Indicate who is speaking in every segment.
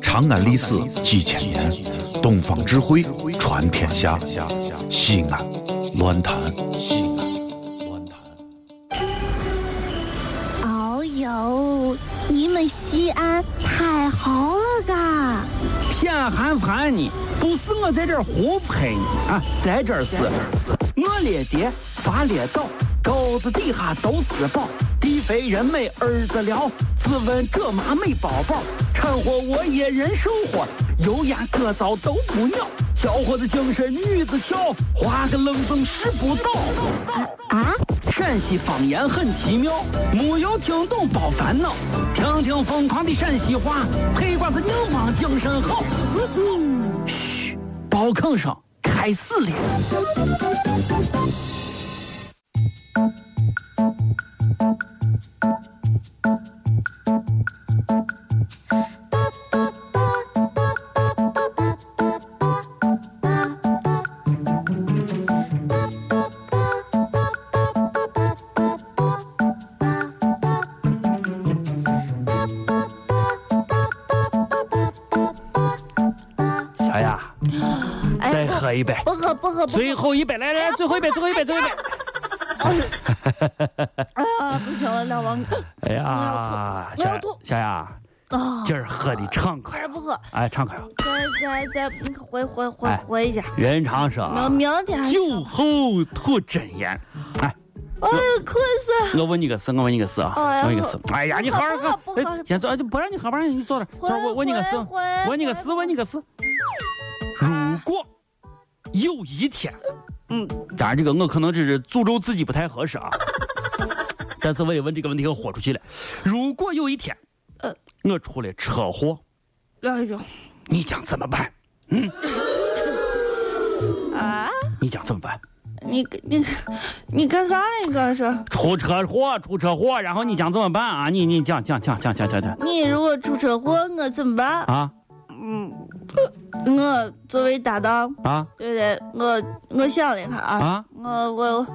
Speaker 1: 长安历史几千年，东方智慧传天下。西安，乱谈西安，乱谈。
Speaker 2: 哦呦，你们西安太好了嘎！
Speaker 3: 偏寒寒你，不是我在这儿胡喷你啊，在这儿是，我列爹发列倒，沟子底下都是宝，地肥人美儿子了，自问这妈没宝宝，掺和我也人生活，油盐各糟都不尿，小伙子精神女子俏，花个愣风使不倒。
Speaker 2: 啊，
Speaker 3: 陕西方言很奇妙，没有听懂别烦恼，听听疯狂的陕西话，黑瓜子硬邦精神好。嘘，包吭声开始了。小雅，
Speaker 2: 哎
Speaker 3: 再喝一杯，哎
Speaker 2: 不喝不喝不喝，
Speaker 3: 最后一杯，来来，最后一杯，最后一杯，最后一杯。
Speaker 2: 啊，不行了，老王，
Speaker 3: 哎
Speaker 2: 我
Speaker 3: 呀，小
Speaker 2: 要
Speaker 3: 雅
Speaker 2: 吐我要吐
Speaker 3: 小雅，
Speaker 2: 啊，
Speaker 3: 今儿喝的畅
Speaker 2: 还是
Speaker 3: 快啊，
Speaker 2: 不喝，
Speaker 3: 哎，畅快啊。
Speaker 2: 再再再回回回
Speaker 3: 哎
Speaker 2: 回一下，
Speaker 3: 人常说啊
Speaker 2: 明明天还是，
Speaker 3: 酒后吐真言。哎，
Speaker 2: 哎呀，困死，
Speaker 3: 我问你个事，我问你个事啊，
Speaker 2: 哎呀
Speaker 3: 我问你个事。哎呀，你好好
Speaker 2: 不喝不
Speaker 3: 喝
Speaker 2: 喝不，喝
Speaker 3: 先坐，就不让你喝，不让你坐着。坐，我问你个事
Speaker 2: 回回，
Speaker 3: 问你个事，
Speaker 2: 回
Speaker 3: 问你个事。如果有一天，嗯，当然这个我可能只是诅咒自己不太合适啊，但是我也问这个问题给豁出去了。如果有一天，
Speaker 2: 呃
Speaker 3: 我出了车祸，
Speaker 2: 哎呦，
Speaker 3: 你将怎么办？
Speaker 2: 啊，
Speaker 3: 你将怎么办？
Speaker 2: 你你你干啥来？你刚说，
Speaker 3: 出车祸，出车祸，然后你将怎么办啊？你你讲讲讲讲讲讲讲
Speaker 2: 你如果出车祸，我怎么办？
Speaker 3: 啊
Speaker 2: 我作为搭档，
Speaker 3: 啊
Speaker 2: 对不对？我我想了一下啊，
Speaker 3: 啊
Speaker 2: 我我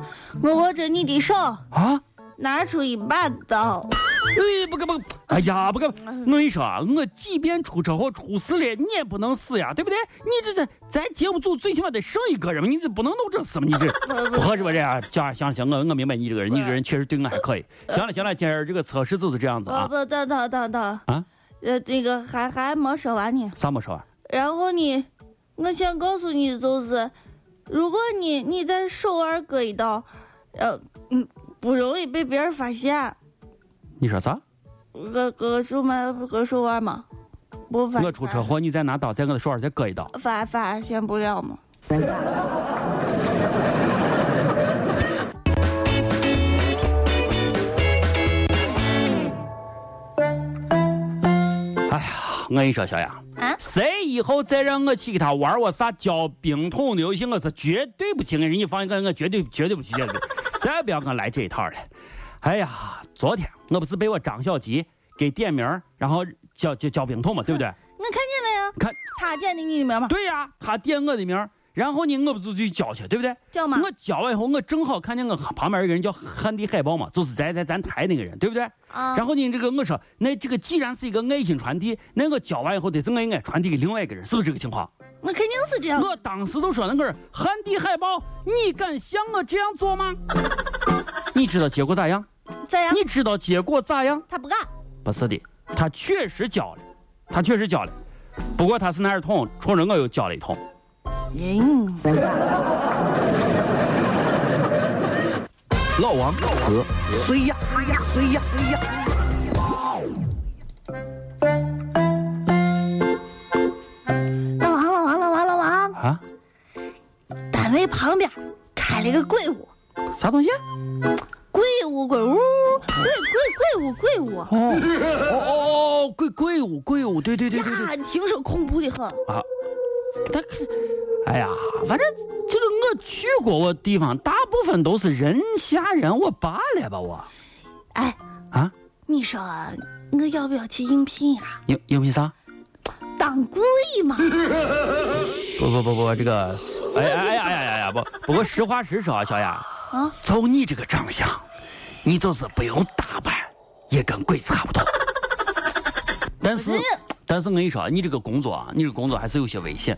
Speaker 2: 我握着你的手，
Speaker 3: 啊！
Speaker 2: 拿出一把刀。
Speaker 3: 哎，不敢不敢，哎呀，不敢！我跟你说啊，我即便出车祸出事了，你也不能死呀，对不对？你这这，咱节目组最起码得剩一个人嘛，你这不能弄这事嘛，你这不合适吧？这样，这样，行了行了，我我明白你这个人，你这个人确实对我还可以。行了行了，今儿这个测试就是这样子
Speaker 2: 不
Speaker 3: 啊，
Speaker 2: 哦不，等等等等
Speaker 3: 啊，
Speaker 2: 呃，这个还还没说完呢。
Speaker 3: 啥没说啊？
Speaker 2: 然后呢，我想告诉你就是，如果你你在手腕割一刀，呃，嗯，不容易被别人发现，
Speaker 3: 你说啥？
Speaker 2: 割割手嘛，割手腕嘛，不发
Speaker 3: 我出车祸，你再拿刀在我的手上再割一刀。
Speaker 2: 发发现不了嘛。
Speaker 3: 我跟你说，小杨，
Speaker 2: 啊
Speaker 3: 谁以后再让我去给他玩我啥交冰桶的游戏，我是绝对不去跟人家放一个，我绝对绝对不去，绝对不去再不要跟我来这一套了。哎呀，昨天我不是被我张小吉给点名儿，然后交交交冰桶嘛，对不对？
Speaker 2: 我看见了呀，
Speaker 3: 看，
Speaker 2: 他点的你的名嘛，
Speaker 3: 对呀，他点我的名儿，然后呢，我不就去交去，对不对？
Speaker 2: 叫嘛，
Speaker 3: 我交完以后，我正好看见我旁边有一个人叫汉地海豹嘛，就是咱咱咱台那个人，对不对？
Speaker 2: 啊
Speaker 3: 然后呢，这个我说，那这个既然是一个爱心传递，那我交完以后得是我爱传递给另外一个人，是不是这个情况？
Speaker 2: 那肯定是这样。
Speaker 3: 我当时都说那个人，汉地海豹，你敢像我这样做吗？你知道结果咋样？
Speaker 2: 咋样？
Speaker 3: 你知道结果咋样？
Speaker 2: 他不干。
Speaker 3: 不是的，他确实交了，他确实交了，不过他是拿着桶冲着我又交了一桶。
Speaker 2: 嗯，
Speaker 1: 老王和谁呀？谁呀？谁呀？
Speaker 2: 老王，老王，老王，老王，
Speaker 3: 啊，
Speaker 2: 单位旁边开了个鬼屋，
Speaker 3: 啥东西？
Speaker 2: 鬼屋，鬼屋，鬼鬼鬼屋，鬼屋。
Speaker 3: 哦哦哦哦，贵贵舞贵舞，对对对对对。
Speaker 2: 那听说恐怖的很，
Speaker 3: 啊，他可，哎呀，反正这个我去过我地方，大部分都是人吓人，我罢了吧我
Speaker 2: 哎，
Speaker 3: 啊，
Speaker 2: 你说我要不要去应聘呀、
Speaker 3: 因因为啥？
Speaker 2: 当故意嘛，
Speaker 3: 不不不不，这个，哎哎哎呀哎呀哎呀，不不过实话实说啊，小雅，
Speaker 2: 啊，
Speaker 3: 就你这个长相，你就是不用打扮也跟鬼差不多，但是
Speaker 2: 不是
Speaker 3: 但是我跟你说，你这个工作啊，你这个工作还是有些危险。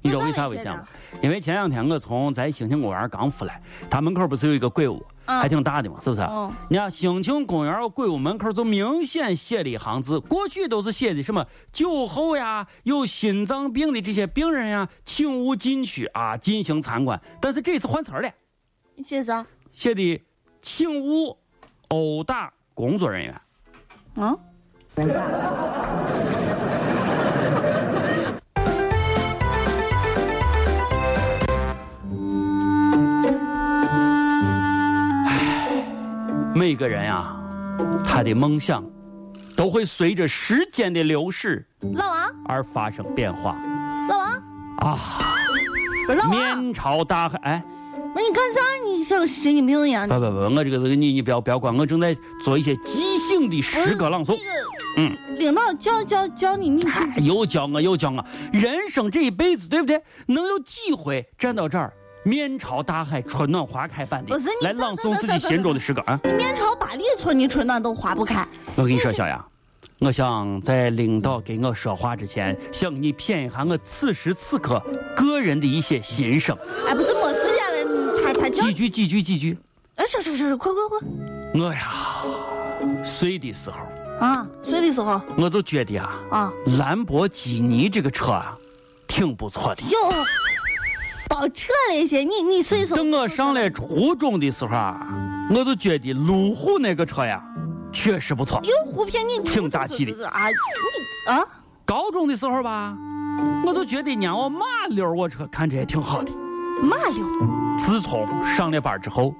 Speaker 3: 你知道为啥危险吗？因为前两天我从咱兴庆公园刚出来，它门口不是有一个鬼屋，
Speaker 2: 嗯
Speaker 3: 还挺大的嘛，是不是？啊
Speaker 2: 嗯
Speaker 3: 你看兴庆公园鬼屋门口就明显写了一行字，过去都是写的什么酒后呀、有心脏病的这些病人呀，请勿进去啊，进行参观。但是这次换词儿了，
Speaker 2: 你写啥？
Speaker 3: 写的请勿殴打工作人员。
Speaker 2: 啊？
Speaker 3: 每个人啊，他的梦想都会随着时间的流逝
Speaker 2: 老王，
Speaker 3: 而发生变化。
Speaker 2: 老王
Speaker 3: 啊！
Speaker 2: 不是老王，
Speaker 3: 面朝大海，哎，
Speaker 2: 不是你干啥？你像神经病一样。
Speaker 3: 不不不，我这个你你不要不要管，我正在做一些即兴的诗歌朗诵。
Speaker 2: 嗯，领导教教教你，你去
Speaker 3: 哎又教我又教我，啊人生这一辈子，对不对？能有几回站到这儿，面朝大海，春暖花开般的
Speaker 2: 不是你
Speaker 3: 来朗诵自己心中的诗歌啊？
Speaker 2: 面朝巴黎村，你春暖都划不开。
Speaker 3: 我跟你说，小杨，我想在领导跟我说话之前，想给你谝一下我此时此刻个人的一些心声，
Speaker 2: 哎，不是没时间了，他他教
Speaker 3: 几。句几句几句。
Speaker 2: 哎，说说说说，快快快！
Speaker 3: 我呀，睡的时候
Speaker 2: 啊，睡的时候
Speaker 3: 我就觉得啊，
Speaker 2: 啊，
Speaker 3: 兰博基尼这个车啊，挺不错的。
Speaker 2: 哟，包车了些。你你睡的时候
Speaker 3: 等我上来初中的时候啊，我就觉得路虎那个车呀，确实不错。
Speaker 2: 又胡骗你，
Speaker 3: 挺大气的
Speaker 2: 啊！你啊，
Speaker 3: 高中的时候吧，我就觉得让我马溜我车看着也挺好的。
Speaker 2: 麻溜，
Speaker 3: 自从上了班之后，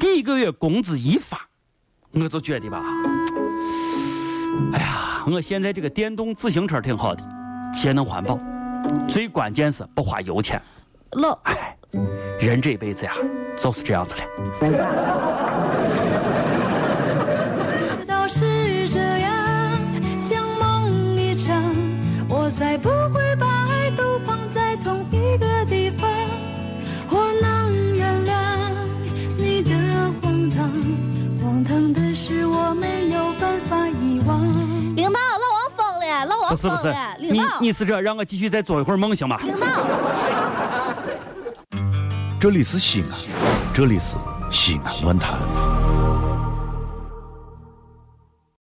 Speaker 3: 第一个月工资一发，我就觉得吧，哎呀，我现在这个电动自行车挺好的，节能环保，最关键是不花油钱。
Speaker 2: 老
Speaker 3: 哎，人这辈子呀，就是这样子了。
Speaker 4: 知道是这样，像梦一场，我才不会把爱都放在同一个地方。我能原谅你的荒唐，荒唐的是我没有办法遗忘。
Speaker 2: 领导，老王疯了，老
Speaker 3: 不
Speaker 2: 王
Speaker 3: 是
Speaker 2: 疯
Speaker 3: 不是
Speaker 2: 了，，领
Speaker 3: 你
Speaker 2: 导，
Speaker 3: 你是这让我继续再做一会儿梦行吗？
Speaker 2: 领导。
Speaker 1: 这里是西安，这里是西安论坛。